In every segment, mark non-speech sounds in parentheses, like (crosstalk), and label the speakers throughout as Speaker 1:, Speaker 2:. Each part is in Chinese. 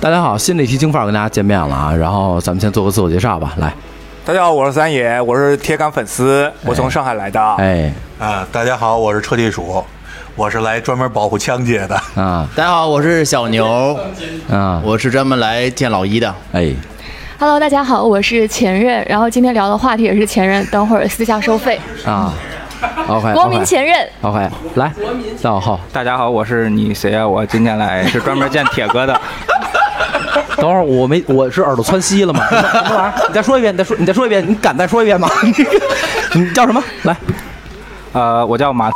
Speaker 1: 大家好，新的一期京范儿跟大家见面了啊，然后咱们先做个自我介绍吧，来，
Speaker 2: 大家好，我是三爷，我是铁杆粉丝，我从上海来的。
Speaker 1: 哎，
Speaker 3: 啊，大家好，我是车地鼠，我是来专门保护枪姐的。
Speaker 1: 啊，
Speaker 4: 大家好，我是小牛，
Speaker 1: 啊，
Speaker 4: 我是专门来见老一的。
Speaker 1: 哎，
Speaker 5: Hello，大家好，我是前任，然后今天聊的话题也是前任，等会儿私下收费。
Speaker 1: 啊，OK，
Speaker 5: 国民前任，
Speaker 1: ，OK，来，到后，
Speaker 6: 大家好，我是你谁呀、我今天来是专门见铁哥
Speaker 1: (laughs)
Speaker 6: 的。
Speaker 1: 等会儿我没，我是耳朵窜稀了吗？ (laughs) 什么玩意儿？你再说一遍，你再说，你再说一遍，你敢再说一遍吗？ (laughs) 你你叫什么？来，
Speaker 6: 呃，我叫马，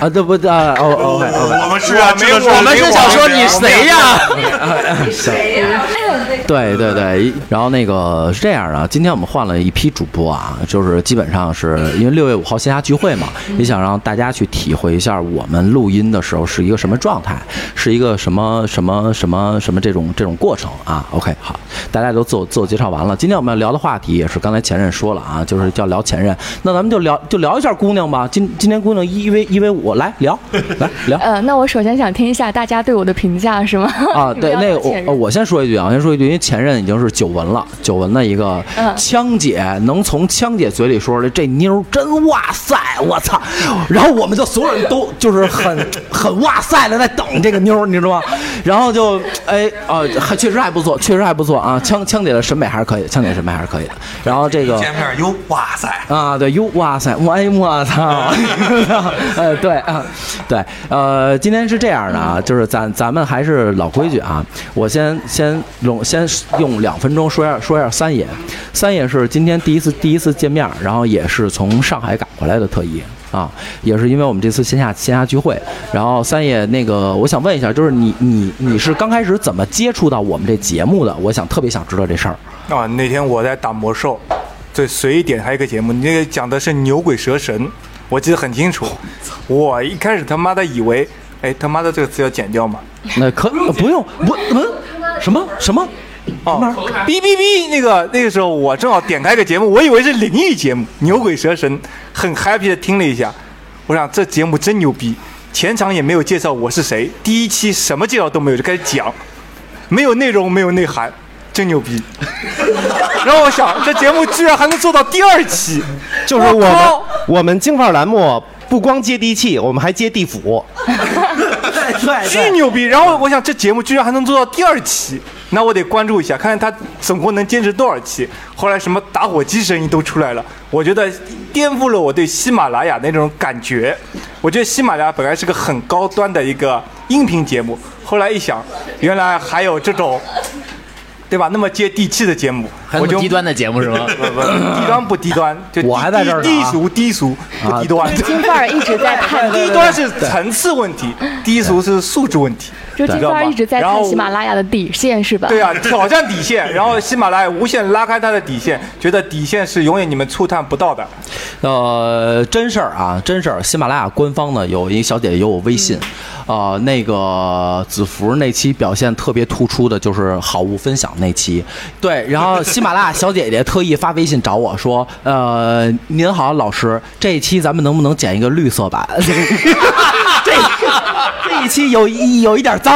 Speaker 1: 啊，对不啊？哦，OK，
Speaker 3: 我们是啊，没有
Speaker 4: 我们是想说
Speaker 1: 啊
Speaker 4: 你谁呀？
Speaker 1: (laughs) 对对对，然后那个是这样的，啊今天我们换了一批主播啊，就是基本上是因为六月五号线下聚会嘛，
Speaker 4: 嗯
Speaker 1: 也想让大家去体会一下我们录音的时候是一个什么状态，是一个什么什么什么什么这种这种过程啊。OK，好，大家都自我自我介绍完了，今天我们要聊的话题也是刚才前任说了啊，就是要聊前任，那咱们就聊就聊一下姑娘吧。今今天姑娘一 v 一 v 五来聊来聊。
Speaker 5: 呃，那我首先想听一下大家对我的评价是吗？
Speaker 1: 啊，
Speaker 5: (laughs) 你
Speaker 1: 对，
Speaker 5: 聊
Speaker 1: 那个
Speaker 5: 聊
Speaker 1: 我
Speaker 5: 前任
Speaker 1: 我先说一句啊，我先说一句，因为前任已经是久闻了，久闻的一个
Speaker 5: 嗯
Speaker 1: 枪姐，能从枪姐嘴里说出来，这妞儿真哇塞，我操！然后我们就所有人
Speaker 5: (laughs)
Speaker 1: 都就是很很哇塞的在等这个妞儿，你知道吗？然后就哎啊，还确实还不错，确实还不错啊，枪枪姐的审美还是可以的，枪姐审美还是可以的。然后这个
Speaker 3: 见面哟，哇塞！
Speaker 1: 啊，对，哟，哇塞，我哎我操， (laughs) 呃，对啊，对，呃，今天是这样的啊，就是咱咱们还是老规矩啊，我先先用先用两分钟说一下说一下三爷，三爷是今天第一次第一次见面，然后也是从上海赶回来的特意。啊，也是因为我们这次线下线下聚会，然后三爷那个，我想问一下，就是你你你是刚开始怎么接触到我们这节目的？我想特别想知道这事儿。
Speaker 2: 啊，那天我在打魔兽，对，随意点开一个节目，你那个讲的是牛鬼蛇神，我记得很
Speaker 3: (laughs)
Speaker 2: 清楚。我一开始他妈的以为，哎，他妈的这个词要剪掉吗？
Speaker 1: 那可不用不嗯什么什么
Speaker 2: 哦，哔哔哔，那个那个时候我正好点开一个节目，我以为是灵异节目，牛鬼蛇神，很 happy 的听了一下，我想这节目真牛逼，前场也没有介绍我是谁，第一期什么介绍都没有就开始讲，没有内容，没有内涵，真牛逼。然后我想，这节目居然还能做到第二期，
Speaker 7: 就是我
Speaker 2: 我
Speaker 7: 们
Speaker 2: 靠
Speaker 7: 我们京范儿栏目不光接地气，我们还接地府。
Speaker 2: 巨牛逼！然后我想，这节目居然还能做到第二期，那我得关注一下，看看他总共能坚持多少期。后来什么打火机声音都出来了，我觉得颠覆了我对喜马拉雅那种感觉。我觉得喜马拉雅本来是个很高端的一个音频节目，后来一想，原来还有这种，对吧？那么接地气的节目，
Speaker 4: 还
Speaker 2: 我
Speaker 4: 有
Speaker 2: 就
Speaker 4: 低端的节目是
Speaker 7: (laughs)
Speaker 4: 吗？
Speaker 2: 不不 (laughs) 低端不低端，就
Speaker 1: 我
Speaker 2: 低
Speaker 1: 还在这儿呢啊啊
Speaker 2: 低俗低俗不低端。
Speaker 5: 金范儿一直在
Speaker 1: (laughs)
Speaker 5: 探，
Speaker 2: 低端是层次问题，低俗是素质问题。
Speaker 5: 就金范儿一直在
Speaker 2: 然后
Speaker 5: 探喜马拉雅的底线是吧？
Speaker 2: 对啊，挑战底线，然后喜马拉雅无限拉开它的底线，觉得底线是永远你们触探不到的。
Speaker 1: 呃，真事儿啊，真事儿。喜马拉雅官方呢有一小姐姐有我微信，呃，那个子福那期表现特别突出的就是好物分享那期，对。然后喜马拉雅小姐姐特意发微信找我说，呃，您好，老师，这一期咱们能不能剪一个绿色版？ (laughs) 这这一期有一有一点脏。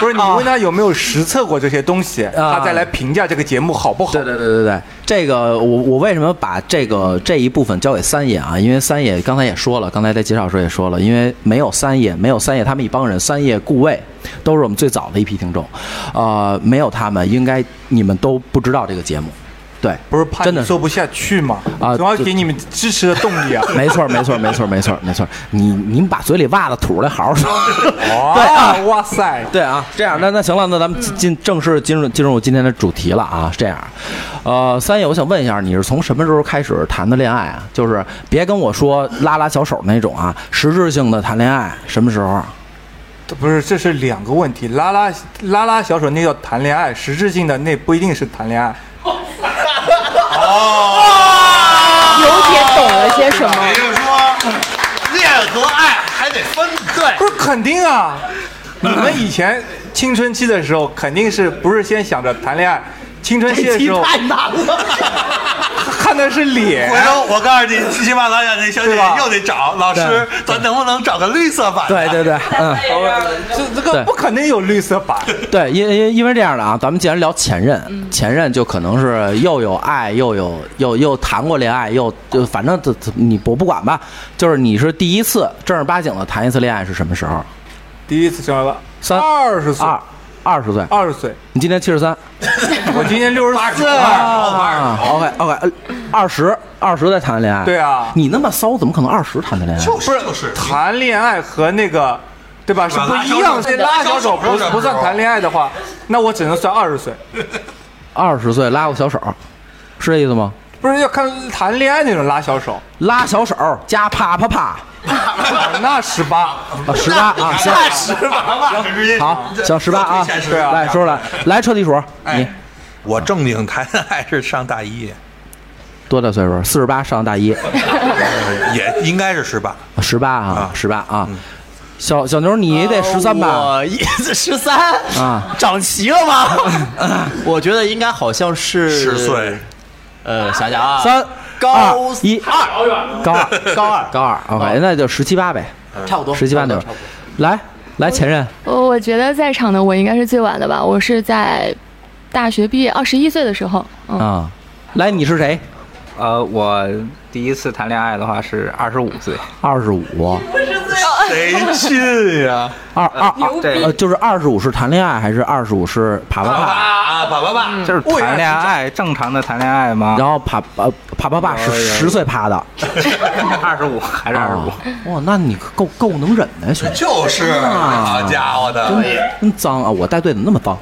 Speaker 2: 不是你问他有没有实测过这些东西，
Speaker 1: 啊
Speaker 2: 他再来评价这个节目好不好？
Speaker 1: 对对对对对，这个我我为什么把这个这一部分交给三爷啊？因为三爷刚才也说了，刚才在介绍的时候也说了，因为没有三爷，没有三爷他们一帮人，三爷顾魏都是我们最早的一批听众，呃，没有他们，应该你们都不知道这个节目，对，
Speaker 2: 不是怕
Speaker 1: 真的
Speaker 2: 你
Speaker 1: 是
Speaker 2: 做不下去嘛？
Speaker 1: 啊
Speaker 2: 总要
Speaker 1: 这
Speaker 2: 给你们支持的动力啊！
Speaker 1: 没错，没错，没错，没错，没错。你你们把嘴里挖的吐出来，好好说。对啊
Speaker 2: (laughs) 哇，哇塞！
Speaker 1: 对啊，这样，那那行了，那咱们进正式进入进入今天的主题了啊。这样，呃，三爷，我想问一下，你是从什么时候开始谈的恋爱啊？就是别跟我说拉拉小手那种啊，实质性的谈恋爱什么时候？
Speaker 2: 不是，这是两个问题。拉拉拉拉小手那叫谈恋爱，实质性的那不一定是谈恋爱。
Speaker 5: 有点懂了些什么。
Speaker 3: 就说恋和爱还得分对，
Speaker 2: 不是肯定 (laughs) 啊！你们以前青春期的时候，肯定是不是先想着谈恋爱？青春期的时候太难了， (laughs) 看的是脸
Speaker 3: 回。
Speaker 2: (laughs)
Speaker 3: 头我告诉你，喜马拉雅那小姐
Speaker 2: 对吧
Speaker 3: 又得找老师，咱能不能找个绿色版？
Speaker 1: 对对，对，嗯，
Speaker 2: 这这
Speaker 1: 对
Speaker 2: 个不可能有绿色版，
Speaker 1: 对，因因因为这样的啊，咱们既然聊前任，前任就可能是又有爱，又有又又谈过恋爱，又就反正这这你我不管吧，就是你是第一次正儿八经的谈一次恋爱是什么时候？
Speaker 2: 第一次什么？
Speaker 1: 三
Speaker 2: 二十岁，
Speaker 1: 二二十岁，
Speaker 2: 二十岁，
Speaker 1: 你今年七十三
Speaker 2: 我今年六十四。
Speaker 1: 啊？OK OK，二十二十在谈恋爱，
Speaker 2: 对啊
Speaker 1: 你那么骚，怎么可能二十谈的恋爱？
Speaker 3: 就是就是，
Speaker 2: 谈恋爱和那个，对吧？是不一样的。
Speaker 3: 拉
Speaker 2: 拉
Speaker 3: 小
Speaker 2: 小
Speaker 3: 手
Speaker 2: 手
Speaker 3: 不
Speaker 2: 不
Speaker 3: 是
Speaker 2: 不算谈恋爱的话，那我只能算二十岁。
Speaker 1: 二十岁拉过小手，是这意思吗？
Speaker 2: 不是要看谈恋爱那种拉小 (laughs) 手，
Speaker 1: 拉小手加啪啪啪，
Speaker 2: 那十八，
Speaker 1: 啊，十八啊，行，
Speaker 3: 十八吧，直接
Speaker 1: 好，行，十八啊，
Speaker 2: 对啊
Speaker 1: 来说出来，来彻底数，你
Speaker 3: 哎，我正经谈恋爱是上大一，
Speaker 1: 多大岁数？四十八上大一，
Speaker 3: 也应该是十八。
Speaker 1: 十八啊
Speaker 3: 啊，
Speaker 1: 十八啊。小小牛，你也得十三吧？
Speaker 4: 我一十三
Speaker 1: 啊，
Speaker 4: 长齐了吗？ (laughs) 我觉得应该好像是
Speaker 3: 十岁，
Speaker 4: 呃，想想啊，
Speaker 1: 三
Speaker 4: 高
Speaker 1: 二一二，高二
Speaker 4: 高二，
Speaker 1: 高二，OK，那就十七八呗，
Speaker 4: 差不多
Speaker 1: 十七八
Speaker 4: 差
Speaker 1: 那
Speaker 4: 不
Speaker 1: 会
Speaker 4: 多
Speaker 1: 儿。来来，前任
Speaker 5: 我我觉得在场的我应该是最晚的吧，我是在大学毕业二十一岁的时候，嗯，
Speaker 1: 啊，来你是谁？
Speaker 6: 呃，我第一次谈恋爱的话是二十五岁，
Speaker 1: 二十五，
Speaker 3: 谁信呀？
Speaker 1: 二二
Speaker 6: 对
Speaker 1: 呃，就是二十五是谈恋爱还是二十五是啪啪啪？
Speaker 3: 啊，爸爸
Speaker 1: 嗯
Speaker 3: 爸，
Speaker 6: 就是谈恋爱，正常的谈恋爱吗？
Speaker 1: 然后啪呃啪啪啪是十岁啪的，
Speaker 6: (laughs) 二十五还是二十五？
Speaker 1: 哦哇，那你可够够能忍的，兄弟。啊
Speaker 3: 就是，好家伙的，
Speaker 1: 真脏啊！我带队怎么那么
Speaker 3: (laughs)
Speaker 1: 脏？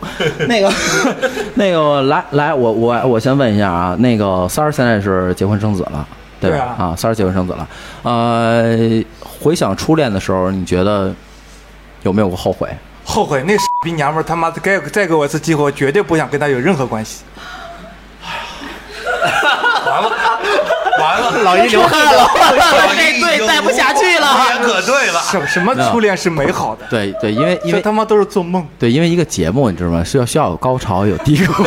Speaker 1: 那个， (laughs) 那个，来来，我我我先问一下啊，那个三儿现在是结婚生子了，对吧？
Speaker 2: 对啊
Speaker 1: 三儿结婚生子了，呃，回想初恋的时候，你觉得有没有过后悔？
Speaker 2: 后悔那傻逼娘们儿他妈的，该再给我一次机会，我绝对不想跟她有任何关系。
Speaker 3: 完了，
Speaker 4: 老一流汗了，这
Speaker 3: 已经
Speaker 4: 队带不下去了。
Speaker 3: 无言可对了。
Speaker 2: 什什么初恋是美好的？
Speaker 1: 对对，因为因
Speaker 2: 这
Speaker 1: 为
Speaker 2: 他妈都是做梦。
Speaker 1: 对，因为一个节目你知道吗？需要需要有高潮有低
Speaker 3: (laughs)
Speaker 1: 谷，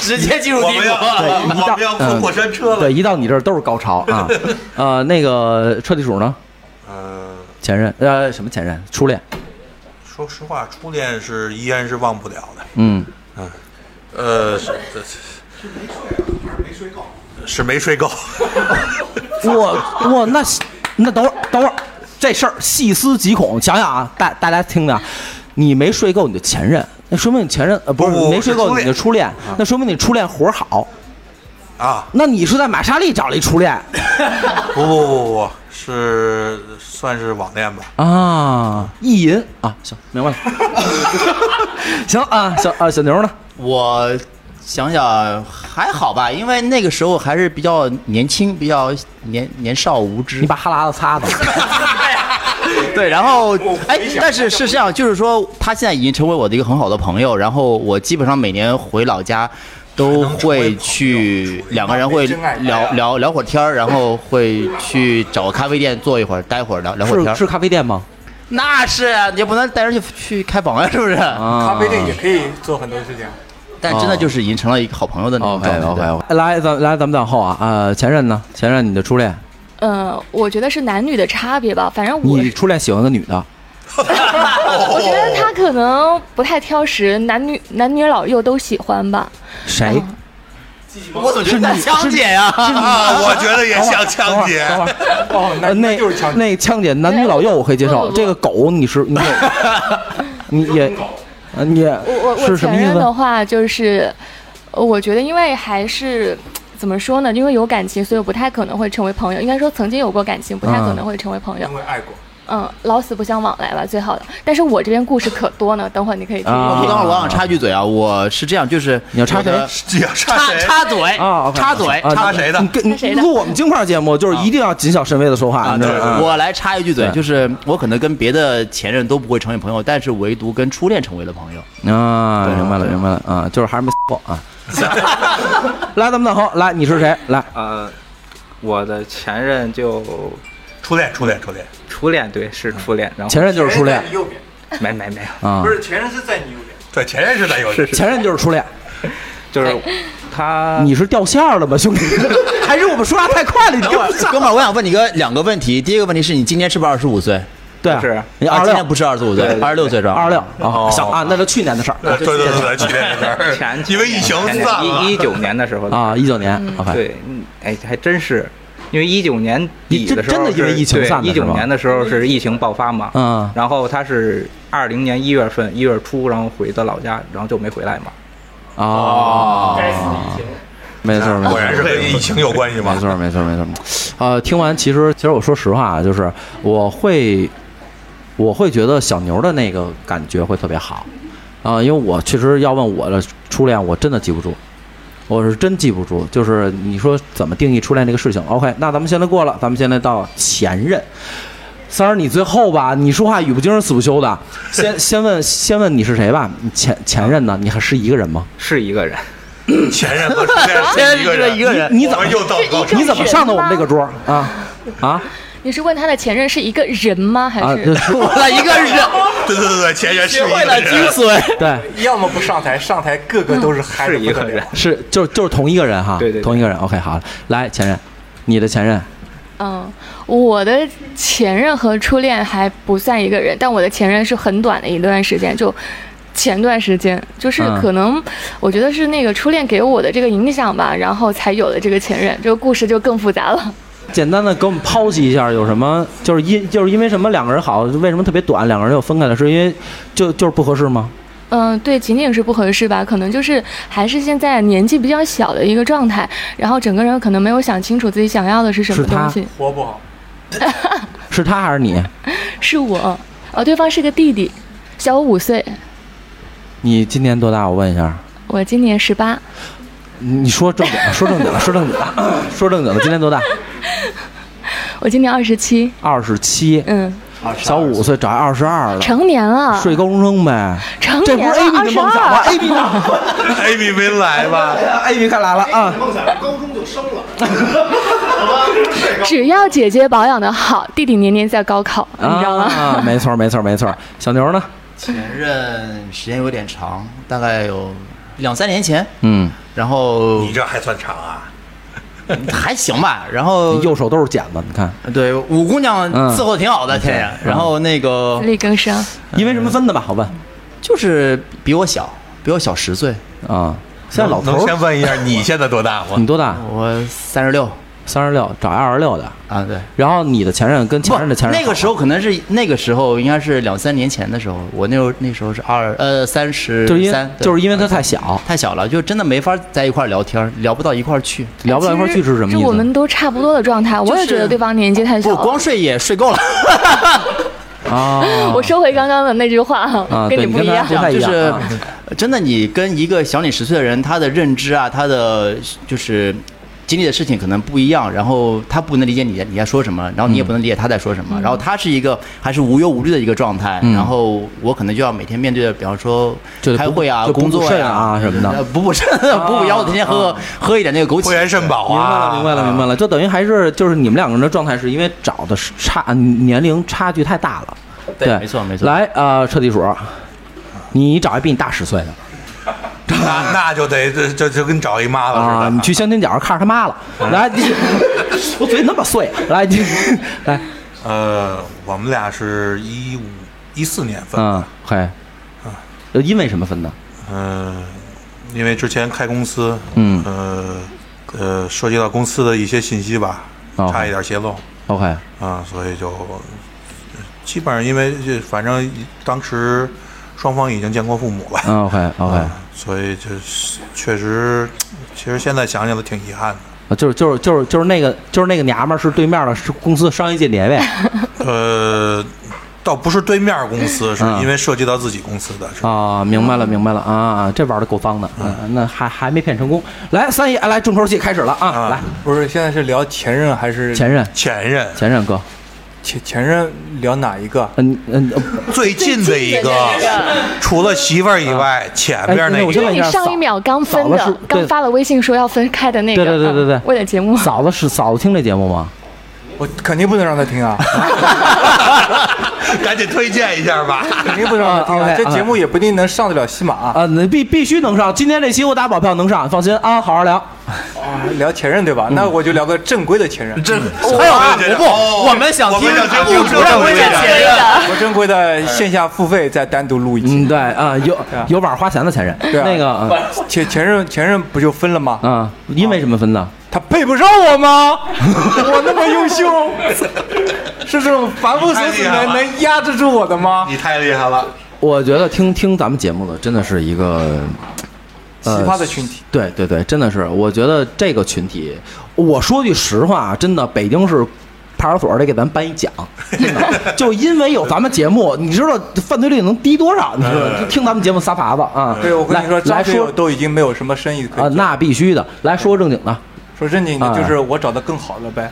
Speaker 4: 直接进入
Speaker 3: 我
Speaker 4: 低
Speaker 3: 们
Speaker 4: 谷
Speaker 3: 要，
Speaker 1: 一
Speaker 3: 我
Speaker 1: 到嗯
Speaker 3: 们啊要坐火山车了
Speaker 1: 对，。一到你这儿都是高潮啊。
Speaker 3: (laughs)
Speaker 1: 呃，那个彻底鼠呢？
Speaker 3: 嗯，
Speaker 1: 前任呃什么前任？初恋？
Speaker 3: 说实话，初恋是依然是忘不了的。
Speaker 1: 嗯，
Speaker 3: 呃，是啊是没睡够，
Speaker 1: 我我那那等会儿等会儿，这事儿细思极恐，想想啊，大大家听着啊，你没睡够你就前任，那说明你前任呃不是
Speaker 3: 不不
Speaker 1: 没睡够你
Speaker 3: 是初恋
Speaker 1: 就初恋，那说明你初恋活儿好。
Speaker 3: 啊！
Speaker 1: 那你是在玛莎丽找了一初恋
Speaker 3: 不不不不，是算是网恋吧。
Speaker 1: 啊？意淫啊，行，明白了。 (laughs) 行啊，小啊小牛呢？
Speaker 4: 我想想还好吧，因为那个时候还是比较年轻，比较年年少无知。
Speaker 1: 你把哈喇子擦擦。
Speaker 4: 对，然后哎，但是是这样，就是说他现在已经成为我的一个很好的朋友，然后我基本上每年回老家都会去两个人会
Speaker 2: 真爱
Speaker 4: 聊聊聊会儿天儿，然后会去找个咖啡店坐一会儿，待会儿聊聊会儿天
Speaker 1: 是
Speaker 4: 儿。
Speaker 1: 是咖啡店吗？
Speaker 4: 那是啊，你也不能带人去去开房啊，是不是？
Speaker 1: 啊，
Speaker 2: 咖啡店也可以做很多事情。
Speaker 4: 但真的就是已经成了一个好朋友的那种
Speaker 1: 哦 OK
Speaker 4: 状
Speaker 1: OK
Speaker 4: 态。对
Speaker 1: OK，来咱来咱们再往后啊，呃，前任呢？前任你的初恋，
Speaker 5: 呃，我觉得是男女的差别吧，反正我
Speaker 1: 你初恋喜欢个女的，
Speaker 5: 我觉得他可能不太挑食，男女男女老幼都喜欢吧。
Speaker 1: 谁？
Speaker 5: 啊
Speaker 4: 我怎么觉得在枪姐呀？
Speaker 3: 啊，我觉得也像枪姐。
Speaker 1: 等会
Speaker 3: (laughs)
Speaker 1: 儿，
Speaker 2: 哦，那
Speaker 1: 呃那
Speaker 2: 那就是强奸。
Speaker 1: 那枪姐男女老幼我可以接受，
Speaker 5: 不不不
Speaker 1: 这个狗你是你有，你也，呃你也
Speaker 5: 我我我
Speaker 1: 是什么
Speaker 5: 前
Speaker 1: 意
Speaker 5: 任的
Speaker 1: 思？
Speaker 5: 话就是，呃我觉得因为还是。怎么说呢？因为有感情，所以不太可能会成为朋友。应该说曾经有过感情，不太
Speaker 1: 啊
Speaker 5: 可能会成为朋友
Speaker 2: 因。为爱过，
Speaker 5: 嗯，老死不相往来吧，最好的。但是我这边故事可多呢，等会儿你可以听。
Speaker 1: 啊
Speaker 4: 我等会儿我想插一句嘴啊，我是这样，就是
Speaker 1: 你要插谁
Speaker 4: 我的
Speaker 3: 姐差
Speaker 4: 插
Speaker 3: 谁？
Speaker 4: 插嘴
Speaker 1: 啊，OK，
Speaker 4: 插嘴
Speaker 1: 啊
Speaker 3: 插谁的
Speaker 1: 你跟你
Speaker 5: 谁的
Speaker 1: 录我们京块节目就是一定要谨小慎微的说话，
Speaker 4: 啊！
Speaker 1: 你知
Speaker 4: 对
Speaker 1: 道吗，啊
Speaker 4: 我来插一句嘴
Speaker 1: 对，
Speaker 4: 就是我可能跟别的前任都不会成为朋友，但是唯独跟初恋成为了朋友。
Speaker 1: 啊，
Speaker 4: 对
Speaker 1: 明白了明白了啊，就是还是没过啊。 (laughs) 来，咱们等候，来，你是谁？来，
Speaker 6: 呃，我的前任就
Speaker 3: 初恋，初恋，初恋。
Speaker 6: 初恋，对，是初恋。然后
Speaker 1: 前任就是初恋
Speaker 2: 前任在你右边，
Speaker 6: 没没没有，
Speaker 1: 啊
Speaker 2: 哎不，是前任是在你右边。
Speaker 3: 对，前任是男友，
Speaker 1: 前任就是初恋。 (laughs)
Speaker 6: 就是他
Speaker 1: 你是掉线儿了吧，兄弟？ (laughs) 还是我们说话太快了？你跟不上。
Speaker 4: (laughs) 哥们儿，我想问你个两个问题。第一个问题是你今年是不是二十五岁？
Speaker 1: 对啊，
Speaker 6: 是
Speaker 1: 你
Speaker 4: 啊
Speaker 1: 二
Speaker 4: 今
Speaker 1: 六
Speaker 4: 年不是二十五岁，二十六岁是吧？
Speaker 1: 二
Speaker 4: (laughs)
Speaker 1: 六啊，小啊，那是去年的事儿
Speaker 3: 对对对对，去年的事
Speaker 6: (laughs)
Speaker 3: 儿
Speaker 6: 前
Speaker 3: 因为疫情
Speaker 6: 前
Speaker 3: 散了
Speaker 6: 一一九年的时候，
Speaker 1: 啊，一九年，OK，
Speaker 6: 对，嗯哎，还真是，因为一九年
Speaker 1: 你
Speaker 6: 底
Speaker 1: 这
Speaker 6: 的时候
Speaker 1: 真的因为疫情散的
Speaker 6: 一
Speaker 1: 是
Speaker 6: 九
Speaker 1: 吗
Speaker 6: 年的时候是疫情爆发嘛，
Speaker 1: 嗯
Speaker 6: 然后他是二零年一月份一月初，然后回的老家，然后就没回来嘛。
Speaker 1: 哦，没错，没错，
Speaker 3: (laughs) 果然是跟疫情有关系嘛
Speaker 1: 没。错，没错，没错。呃，听完，其实其实我说实话啊，就是我会我会觉得小牛的那个感觉会特别好啊、因为我确实要问我的初恋，我真的记不住。我是真记不住，就是你说怎么定义初恋这个事情？OK，那咱们现在过了，咱们现在到前任。三儿，你最后吧，你说话语不惊人死不休的。先先问先问你是谁吧？你前前任呢？你还是一个人吗？
Speaker 6: 是一个人，
Speaker 3: 前任和初恋是一个人，
Speaker 4: 一个人
Speaker 1: 你你怎么
Speaker 3: 我们又到
Speaker 5: 这一
Speaker 1: 你怎么上的我们这个桌儿啊啊
Speaker 5: 你是问他的前任是一个人吗？还
Speaker 1: 啊！
Speaker 5: 是、
Speaker 1: 就是
Speaker 4: 我了一个人， (laughs)
Speaker 3: 对对对对，前
Speaker 6: (laughs)
Speaker 3: 任是一个人。
Speaker 4: 髓。
Speaker 1: 对，
Speaker 2: 要么不上台，上台个个都是嗨的
Speaker 6: 是一
Speaker 2: 不得
Speaker 6: 个
Speaker 2: 了
Speaker 6: 人。，
Speaker 1: 是，就是就是同一个人哈，
Speaker 6: 对对对
Speaker 1: 同一个人。OK，好了，来前任，你的前任
Speaker 5: 嗯，我的前任和初恋还不算一个人，但我的前任是很短的一段时间，就前段时间，就是
Speaker 1: 嗯
Speaker 5: 可能我觉得是那个初恋给我的这个影响吧，然后才有了这个前任，这个故事就更复杂了。
Speaker 1: 简单的给我们剖析一下，有什么就是因就是因为什么两个人好，为什么特别短，两个人又分开了，是因为就就是不合适吗？
Speaker 5: 嗯，对，仅仅是不合适吧，可能就是还是现在年纪比较小的一个状态，然后整个人可能没有想清楚自己想要的是什
Speaker 1: 是
Speaker 5: 么
Speaker 1: 他
Speaker 5: 东西。
Speaker 2: 活不好，
Speaker 1: 是他还是你？
Speaker 5: 是我，呃，对方是个弟弟，小我五岁，
Speaker 1: 你今年多大？我问一下。
Speaker 5: 我今年十八，
Speaker 1: 你说正经，说正经，说正经，说正经的，今年多大？
Speaker 5: 我今年二十七，
Speaker 1: 二十七，
Speaker 5: 嗯，
Speaker 1: 小五岁，找二十二了，
Speaker 5: 成年了，
Speaker 1: 睡高中生呗。
Speaker 5: 成
Speaker 1: 这不
Speaker 5: 年
Speaker 1: 是
Speaker 5: 了
Speaker 1: A B
Speaker 5: 二
Speaker 1: 的
Speaker 5: 十
Speaker 1: 梦想吗
Speaker 5: 二，
Speaker 1: ？A B 呢
Speaker 3: A B 没来吧？
Speaker 1: ？A B 快来了啊！
Speaker 5: 只要姐姐保养的好，弟弟年年在高考，你知道吗？
Speaker 1: 啊，没错，没错，没错。小牛呢？
Speaker 4: 前任时间有点长，大概有两三年前，
Speaker 1: 嗯，
Speaker 4: 然后
Speaker 3: 你这还算长啊？
Speaker 4: 还行吧，然后
Speaker 1: 右手都是茧子，你看，
Speaker 4: 对五姑娘
Speaker 1: 嗯
Speaker 4: 伺候挺好的，天天，然后那个
Speaker 5: 自力更生，
Speaker 1: 因为什么分的吧？好问
Speaker 4: 就是比我小，比我小十岁，
Speaker 1: 啊。现在老
Speaker 3: 能
Speaker 1: 头
Speaker 3: 先
Speaker 1: 儿，嗯
Speaker 3: 问一下你现在多大吗
Speaker 1: 你？多大？
Speaker 4: 我三十六
Speaker 1: 三十六，找二十六的。
Speaker 4: 啊，对。
Speaker 1: 然后你的前任跟前任的前任，
Speaker 4: 那个时候可能是那个时候应该是两三年前的时候，我那时候那时候是二呃三十
Speaker 1: 就是因为
Speaker 4: 三，
Speaker 1: 就是因
Speaker 4: 为
Speaker 1: 为他太小，
Speaker 4: 太小了，就真的没法在一块儿聊天儿，聊不到一块儿去。
Speaker 1: 聊不到一块儿去是什么
Speaker 5: 就我们
Speaker 1: 意
Speaker 5: 都差不多的状态，我
Speaker 4: 就
Speaker 5: 也
Speaker 4: 是
Speaker 5: 觉得对方年纪太小
Speaker 4: 不，
Speaker 5: 了。
Speaker 4: 光睡也睡够了，
Speaker 1: 思啊？
Speaker 5: (laughs) 我收回刚刚的那句话，
Speaker 1: 啊
Speaker 5: 跟
Speaker 1: 对
Speaker 5: 你
Speaker 1: 你
Speaker 5: 不
Speaker 1: 跟
Speaker 5: 一
Speaker 1: 他
Speaker 5: 样
Speaker 1: 不。太一
Speaker 4: 就
Speaker 1: 样
Speaker 4: 是
Speaker 1: 啊
Speaker 4: 真的，你跟一个小你十岁的人，他的认知啊，他的就是经历的事情可能不一样，然后他不能理解你你在说什么，然后你也不能理解他在说什么，然后他是一个还是无忧无虑的一个状态，
Speaker 1: 嗯
Speaker 4: 然后我可能就要每天面对着，比方说
Speaker 1: 就得
Speaker 4: 开
Speaker 1: 不
Speaker 4: 会啊、
Speaker 1: 就不
Speaker 4: 工
Speaker 1: 补
Speaker 4: 作
Speaker 1: 肾
Speaker 4: 呀、
Speaker 1: 啊什么的啊
Speaker 4: 呃补补肾、补补腰，天天喝、喝一点那个枸
Speaker 3: 会员
Speaker 4: 杞。
Speaker 3: 肾宝
Speaker 1: 明白了，
Speaker 3: 啊！
Speaker 1: 明白了，明白了，就等于还是就是你们两个人的状态是因为找的是差年龄差距太大了，
Speaker 4: 对
Speaker 1: 对，
Speaker 4: 没错没错
Speaker 1: 来，呃，彻底数，你找一比你大十岁的，
Speaker 3: 那那就得这这就跟找一妈了
Speaker 1: 啊，
Speaker 3: 似
Speaker 1: 你
Speaker 3: 的。
Speaker 1: 去相亲角看着他妈了。
Speaker 4: 嗯
Speaker 1: 来，你 (laughs) 我嘴那么碎，啊来，你 (laughs) 来，
Speaker 3: 呃，我们俩是一五一四年分
Speaker 1: 嗯
Speaker 3: 的，，
Speaker 1: 嘿，呃因为什么分的？
Speaker 3: 嗯，因为之前开公司，
Speaker 1: 嗯
Speaker 3: 呃呃，涉及到公司的一些信息吧，
Speaker 1: 哦
Speaker 3: 差一点泄露
Speaker 1: ，OK，
Speaker 3: 啊，所以就基本上因为这反正当时双方已经见过父母了，
Speaker 1: 嗯，OK，OK，
Speaker 3: 啊所以就是确实，其实现在想起来挺遗憾的。
Speaker 1: 呃就是就是就是就是那个就是那个娘们儿是对面的是公司商业间 (laughs) 谍呗，
Speaker 3: 呃，倒不是对面儿公司，是
Speaker 1: 嗯
Speaker 3: 因为涉及到自己公司的是吧。
Speaker 1: 啊，明白了明白了啊，这玩的够脏的，嗯，那还还没骗成功。来，三姨，哎来重头戏开始了啊，
Speaker 3: 啊
Speaker 1: 来，
Speaker 2: 不是现在是聊前任还是
Speaker 1: 前任
Speaker 3: 前任
Speaker 1: 前任哥，
Speaker 2: 前前任聊哪一个？
Speaker 1: 嗯嗯，呃
Speaker 3: 最近的一个，除了媳妇儿以外，前边儿
Speaker 1: 哎
Speaker 3: 那
Speaker 1: 我
Speaker 3: 个
Speaker 1: 先
Speaker 5: 就是
Speaker 1: 问一
Speaker 5: 你
Speaker 1: 下，
Speaker 5: 上一秒刚分
Speaker 1: 嫂子是
Speaker 5: 的，刚
Speaker 1: 对
Speaker 5: 发了微信说要分开的那个，
Speaker 1: 对对对对对
Speaker 5: 嗯为了节目，
Speaker 1: 嫂子是嫂子听这节目吗？ (laughs)
Speaker 2: 我肯定不能让他听啊！
Speaker 3: (laughs) 赶紧推荐一下吧。
Speaker 2: 肯定不能让他
Speaker 1: (laughs)
Speaker 2: 听啊！
Speaker 1: 啊，OK，
Speaker 2: 这节目也不一定能上得了西马啊。
Speaker 1: 啊，那必必须能上。今天这期我打保票能上，放心啊，好好聊。
Speaker 2: 聊前任对吧？那我就聊个正规的前任，
Speaker 3: 这
Speaker 7: 还有啊，
Speaker 3: 这哦
Speaker 7: 不不，我们想听
Speaker 3: 想
Speaker 2: 哎
Speaker 3: 听
Speaker 7: 不
Speaker 3: 不
Speaker 7: 正规的前任。
Speaker 2: 不正规的线下付费再单独录一
Speaker 1: 嗯，
Speaker 2: 期。
Speaker 1: 对啊，有
Speaker 2: 啊
Speaker 1: 有碗花钱的前任，
Speaker 2: 对啊
Speaker 1: 那个啊
Speaker 2: 前前任前任不就分了吗？
Speaker 1: 啊，因为什么分的？
Speaker 2: 他配不上我吗？我那么优秀，是这种凡夫俗子
Speaker 3: 太厉害
Speaker 2: 能
Speaker 3: 了
Speaker 2: 能压制住我的吗？
Speaker 3: 你太厉害了，
Speaker 1: 我觉得听听咱们节目的真的是一个
Speaker 2: 奇
Speaker 1: 呃
Speaker 2: 葩的群体，
Speaker 1: 对对对，真的是，我觉得这个群体，我说句实话，真的，北京市派出所得给咱颁一
Speaker 2: (laughs)
Speaker 1: 奖，真的，就因为有咱们节目，你知道犯罪率能低多少？你知道吗，就听咱们节目撒法子啊！
Speaker 2: 对我跟你说，
Speaker 1: 来
Speaker 2: 张
Speaker 1: 来
Speaker 2: 学友
Speaker 1: 说
Speaker 2: 都已经没有什么生意可
Speaker 1: 啊，
Speaker 2: 以做。
Speaker 1: 那必须的，来说正经的
Speaker 2: 说正经
Speaker 1: 啊
Speaker 2: 的，就是我找的更好了呗。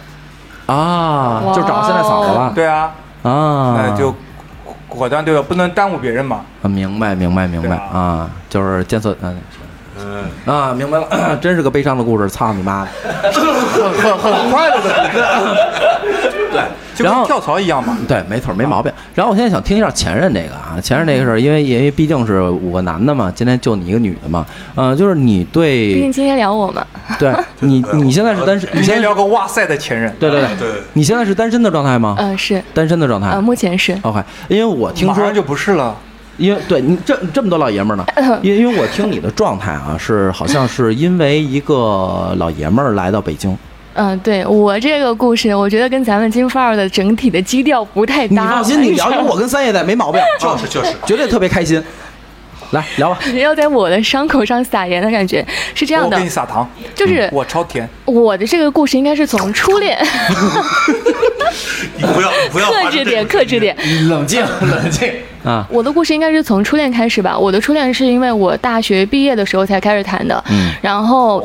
Speaker 1: 啊，就找现在嫂子了，
Speaker 2: 对啊，
Speaker 1: 啊，
Speaker 2: 那就果断对吧？不能耽误别人嘛。
Speaker 1: 啊明白明白明
Speaker 2: 对
Speaker 1: 白
Speaker 2: 啊
Speaker 1: 啊，就是监测嗯。
Speaker 3: 嗯，
Speaker 1: 啊，明白了， (clears throat) 真是个悲伤的故事，操你妈的！
Speaker 2: 很很快乐的对，就
Speaker 1: 然后
Speaker 2: 跟跳槽一样嘛。
Speaker 1: 对，没错，没毛病。然后我现在想听一下前任这个啊，前任这个事儿，因为因为毕竟是五个男的嘛，今天就你一个女的嘛，嗯、就是你
Speaker 5: 毕竟
Speaker 1: 对，
Speaker 5: 今天聊我嘛， (laughs)
Speaker 1: 对你你现在是单身，你
Speaker 2: 你
Speaker 1: 现
Speaker 2: 先
Speaker 1: 在
Speaker 2: 聊个哇塞的前任，
Speaker 1: 对对对，
Speaker 3: 对，
Speaker 1: 你现在是单身的状态吗？
Speaker 5: 嗯、是，
Speaker 1: 单身的状态。
Speaker 5: 呃，目前是，
Speaker 1: OK，因为我听
Speaker 2: 马
Speaker 1: 说
Speaker 2: 上就不是了。
Speaker 1: 因为对你这这么多老爷们儿
Speaker 5: 呃
Speaker 1: 呢，因为因为我听你的状态啊，是好像是因为一个老爷们儿来到北京，
Speaker 5: 嗯、对我这个故事，我觉得跟咱们金范儿的整体的基调不太搭。
Speaker 1: 你放心，你聊有我跟三爷在没毛
Speaker 2: (laughs)
Speaker 1: 病，
Speaker 3: 就是就是，
Speaker 1: 绝对特别开心。来聊吧，
Speaker 5: (laughs) 要在我的伤口上撒盐的感觉是这样
Speaker 2: 我
Speaker 5: 的
Speaker 2: 给你，撒糖，
Speaker 5: 就是
Speaker 1: 嗯
Speaker 2: 我超甜。
Speaker 5: 我的这个故事应该是从
Speaker 1: (laughs)
Speaker 5: 初恋，
Speaker 3: 你不要不要
Speaker 5: 克制
Speaker 1: (laughs)
Speaker 5: 点，克制点，
Speaker 1: 冷静冷静啊，
Speaker 5: 我的故事应该是从初恋开始吧。我的初恋是因为我大学毕业的时候才开始谈的，
Speaker 1: 嗯
Speaker 5: 然后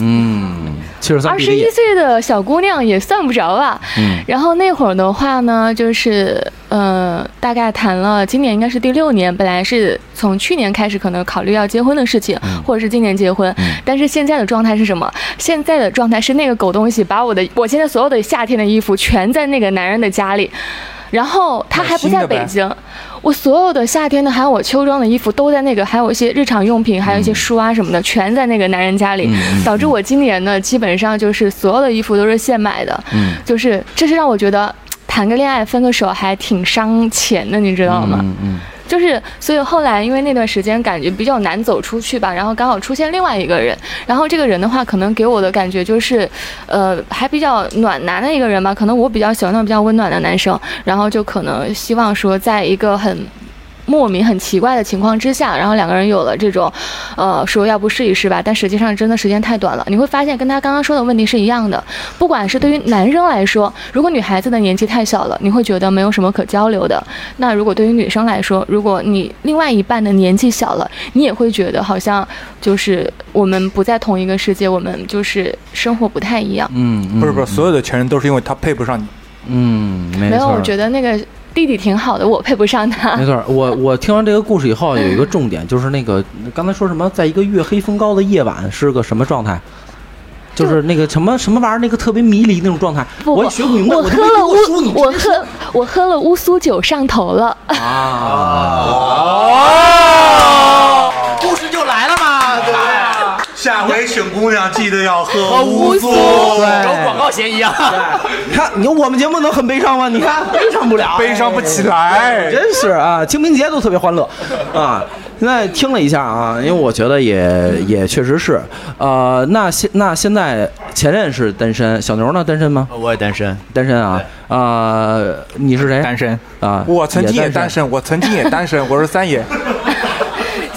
Speaker 1: 嗯，七十三
Speaker 5: 二
Speaker 1: 比
Speaker 5: 十
Speaker 1: 例
Speaker 5: 一，岁的小姑娘也算不着吧。
Speaker 1: 嗯
Speaker 5: 然后那会儿的话呢，就是呃，大概谈了今年应该是第六年，本来是从去年开始可能考虑要结婚的事情，
Speaker 1: 嗯
Speaker 5: 或者是今年结婚。但是现在的状态是什么？现在的状态是那个狗东西把我的我现在所有的夏天的衣服全在那个男人的家里，然后他还不在北
Speaker 2: 买新
Speaker 5: 京。我所有的夏天的，还有我秋装的衣服都在那个，还有一些日常用品，还有一些书啊什么的，全在那个男人家里，导致我今年呢，基本上就是所有的衣服都是现买的，
Speaker 1: 嗯
Speaker 5: 就是这是让我觉得谈个恋爱分个手还挺伤钱的，你知道吗？
Speaker 1: 嗯嗯
Speaker 5: 就是，所以后来因为那段时间感觉比较难走出去吧，然后刚好出现另外一个人，然后这个人的话，可能给我的感觉就是，呃，还比较暖男的一个人吧，可能我比较喜欢那种比较温暖的男生，然后就可能希望说，在一个很。莫名很奇怪的情况之下，然后两个人有了这种，呃，说要不试一试吧，但实际上真的时间太短了。你会发现跟他刚刚说的问题是一样的，不管是对于男生来说，如果女孩子的年纪太小了，你会觉得没有什么可交流的；那如果对于女生来说，如果你另外一半的年纪小了，你也会觉得好像就是我们不在同一个世界，我们就是生活不太一样。
Speaker 1: 嗯，
Speaker 2: 不是不是，所有的前任都是因为他配不上你。
Speaker 1: 嗯，没
Speaker 5: 没有，
Speaker 1: 错嗯
Speaker 5: 我，觉得啊那个弟弟挺好的，我配不上他
Speaker 1: 没。错。我我听完这个故事以后，啊有一个重点就是那个刚才说什么，在一个月黑风高的夜晚是个什么状态？就是那个什么什么玩意儿，那个特别迷离那种状态，
Speaker 5: 不
Speaker 1: 我也学不明白，
Speaker 5: 我
Speaker 1: 都
Speaker 5: 喝
Speaker 1: 没
Speaker 5: 了
Speaker 1: 读过书，你
Speaker 5: 乌，我喝我喝了乌苏酒上头了。 (laughs)
Speaker 3: 啊
Speaker 4: 故事就来了嘛，对不对？
Speaker 3: 下回请姑娘记得要喝乌苏，
Speaker 4: 有广告嫌疑啊！
Speaker 1: 你看，你看我们节目能很悲伤吗？你看悲伤不了，
Speaker 2: 悲伤不起来。
Speaker 1: 真是啊，清明节都特别欢乐啊。现在听了一下啊，因为我觉得也也确实是，呃，那现那现在前任是单身，小牛呢单身吗？
Speaker 4: 我也单身，
Speaker 1: 单身啊，呃，你是谁？
Speaker 6: 单身，
Speaker 1: 啊，
Speaker 2: 我曾经也
Speaker 1: 单
Speaker 2: 单，身，我曾经也单身，我是三爷，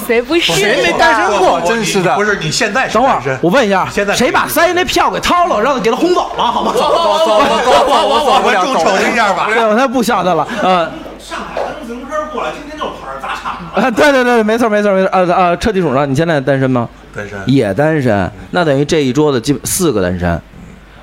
Speaker 5: 谁不是？
Speaker 2: 谁没单身过？真是的
Speaker 3: 不，是你现在是
Speaker 1: 等会
Speaker 3: 单
Speaker 1: 儿
Speaker 3: 身，
Speaker 1: 我问一下，
Speaker 3: 现在
Speaker 1: 谁把三爷那票给掏了，让他给他轰走了，好
Speaker 2: (laughs)
Speaker 1: 吗？
Speaker 2: 我走我走我我走
Speaker 3: 我
Speaker 2: 不
Speaker 3: 们
Speaker 2: 了，
Speaker 3: 众
Speaker 2: 走
Speaker 3: 筹一下吧。
Speaker 1: 对，我才不想他了，呃。上海自行车过来，今天就跑这砸场啊！对对对，没错没错没错，呃呃，彻底主上，你现在单身吗？
Speaker 3: 单身，
Speaker 2: 嗯
Speaker 1: 也单身，那等于这一桌子基本四个单身。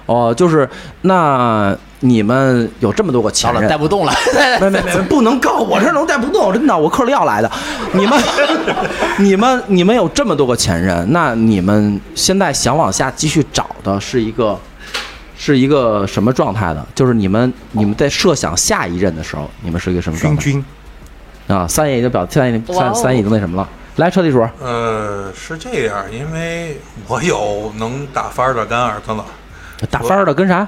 Speaker 1: 哦，就是那你们有这么多个
Speaker 4: 好
Speaker 1: 前
Speaker 4: 了，带
Speaker 1: 任，(laughs)
Speaker 4: 不动了。
Speaker 1: 没没没，不能告我这能带不动，真的，我嗑了药来的。你们 (laughs) 你们你们有这么多个前任，那你们现在想往下继续找的是一个是一个什么状态的？就是你们你们在设想下一任的时候，你们是一个什么状
Speaker 2: 君
Speaker 1: 态
Speaker 2: 君，
Speaker 1: 啊？三爷已经表现，三爷
Speaker 5: 哇哦
Speaker 1: 三三爷已经那什么了。来，车地主，
Speaker 3: 呃，是这样，因为我有能打翻儿的干儿子了，
Speaker 1: 打翻儿的跟啥？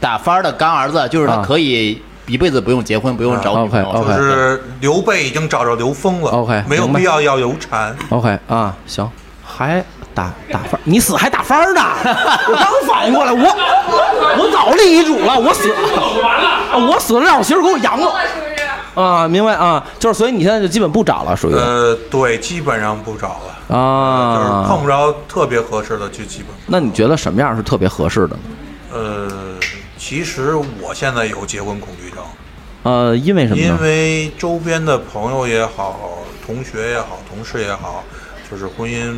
Speaker 4: 打翻儿的干儿子，就是他
Speaker 1: 啊
Speaker 4: 可以一辈子不用结婚，不用找女朋友。
Speaker 1: OK，OK
Speaker 3: 就是刘备已经找着刘封了
Speaker 1: OK，
Speaker 3: 没有
Speaker 1: 明白
Speaker 3: 必要要刘禅。
Speaker 1: OK 啊，行，还打打翻儿，你死还打翻儿呢？我刚反应过来，我我早立遗嘱了，我死啊我死了，让我媳妇儿给我养了
Speaker 5: 是不是？
Speaker 1: 啊，明白啊，就是所以你现在就基本不找了，属于
Speaker 3: 呃，对，基本上不找了，就是碰
Speaker 1: 啊。
Speaker 3: 不着特别合适的，就基本不
Speaker 1: 那你觉得什么样是特别合适的呢？
Speaker 3: 呃，其实我现在有结婚恐惧症，
Speaker 1: 呃，因为什么呢？
Speaker 3: 因为周边的朋友也好，同学也好，同事也好，就是婚姻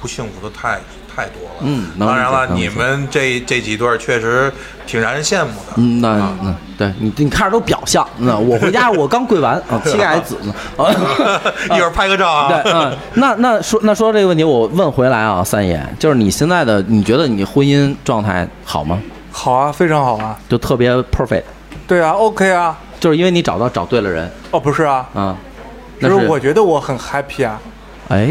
Speaker 3: 不幸福的太太多了。
Speaker 1: 嗯能
Speaker 3: 当然了，
Speaker 1: 理解
Speaker 3: 你们这这几对儿确实挺让人羡慕的。。
Speaker 1: 嗯，那那对你你看着都表象，那我回家我刚跪完啊，膝盖还紫呢啊
Speaker 3: (laughs) 一会儿拍个照啊。
Speaker 1: (laughs) 对，嗯，那那说那说到这个问题，我问回来啊，三爷，就是你现在的，你觉得你婚姻状态好吗？
Speaker 2: 好啊，非常好啊，
Speaker 1: 就特别 perfect，
Speaker 2: 对啊，OK 啊，
Speaker 1: 就是因为你找到找对了人
Speaker 2: 哦不是啊，
Speaker 1: 啊。那
Speaker 2: 就是我觉得我很 happy 啊，
Speaker 1: 哎，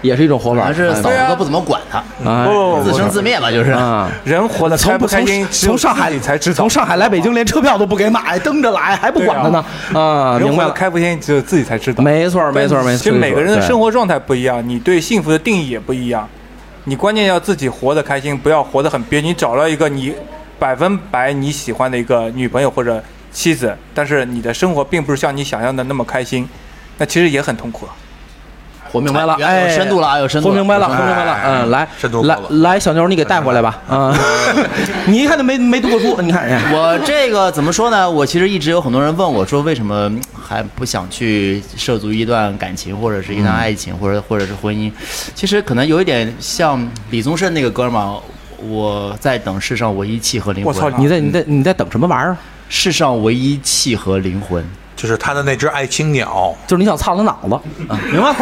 Speaker 1: 也是一种活法，
Speaker 4: 反正是嫂
Speaker 1: 哎
Speaker 4: 子都不怎么管他，
Speaker 1: 哎
Speaker 2: 不
Speaker 4: 自生自灭吧，就是。
Speaker 1: 啊。
Speaker 2: 人活得开不开心，只有
Speaker 1: 从上海
Speaker 2: 自己才知道，
Speaker 1: 从上海来北京连车票都不给买，蹬着来还不管他呢啊！
Speaker 2: 人
Speaker 1: 明
Speaker 2: 活
Speaker 1: 白
Speaker 2: 得
Speaker 1: 了，
Speaker 2: 开不开心，只有自己才知道。
Speaker 1: 没错没错没错。
Speaker 2: 其实每个人的
Speaker 1: 对
Speaker 2: 生活状态不一样，你对幸福的定义也不一样。你关键要自己活得开心，不要活得很憋。你找到一个你百分百你喜欢的一个女朋友或者妻子，但是你的生活并不是像你想象的那么开心，那其实也很痛苦啊。
Speaker 1: 活明白了，
Speaker 4: 原来
Speaker 1: 哎，
Speaker 4: 有深度了啊有深度
Speaker 1: 活
Speaker 4: 了
Speaker 1: 明白了，
Speaker 4: 有
Speaker 1: 活
Speaker 4: 深度
Speaker 1: 明白了，
Speaker 2: 哎
Speaker 1: 嗯，来，
Speaker 3: 深度
Speaker 1: 来
Speaker 3: 够了
Speaker 1: 来，小妞儿，你给带回来吧，啊， (laughs) 你一看就没没读过书，你看人哎家，
Speaker 4: 我这个怎么说呢？我其实一直有很多人问我说，为什么嗯还不想去涉足一段感情，或者是一段爱情，或者或者是婚姻？其实可能有一点像李宗盛那个歌嘛，我在等世上唯一契合灵
Speaker 2: 我操
Speaker 4: 魂，
Speaker 1: 你在你在你在等什么玩意儿？啊
Speaker 4: 世上唯一契合灵魂。
Speaker 3: 就是他的那只爱青鸟，
Speaker 1: 就是你想操他脑子，啊明 (laughs) 白？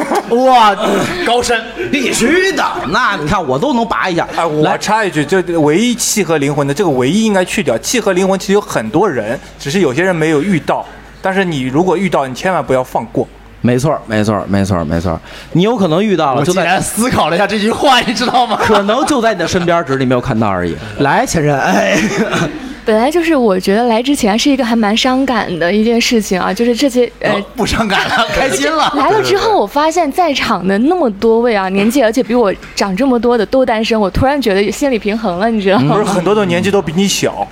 Speaker 4: 哇，高深，必须的。
Speaker 1: 那你看我都能拔一下，
Speaker 2: 哎，我
Speaker 1: 来
Speaker 2: 插一句，就唯一契合灵魂的这个唯一应该去掉。契合灵魂其实有很多人，只是有些人没有遇到。但是你如果遇到，你千万不要放过。
Speaker 1: 没错儿，没错儿，没错儿，没错儿，你有可能遇到了，
Speaker 4: 我
Speaker 1: 就
Speaker 4: 竟
Speaker 1: 在
Speaker 4: 然思考了一下这句话，你知道吗？
Speaker 1: 可能就在你的身边，只是你没有看到而已。来，前任，哎，
Speaker 5: 本来就是我觉得来之前是一个还蛮伤感的一件事情啊，就是这些呃。
Speaker 4: 不伤感了，
Speaker 2: (laughs)
Speaker 4: 开心了。
Speaker 5: 来了之后，我发现在场的那么多位啊，年纪而且比我长这么多的都单身，我突然觉得心理平衡了，你知道
Speaker 1: 嗯
Speaker 2: 不是
Speaker 5: 吗？
Speaker 2: 很多的年纪都比你小，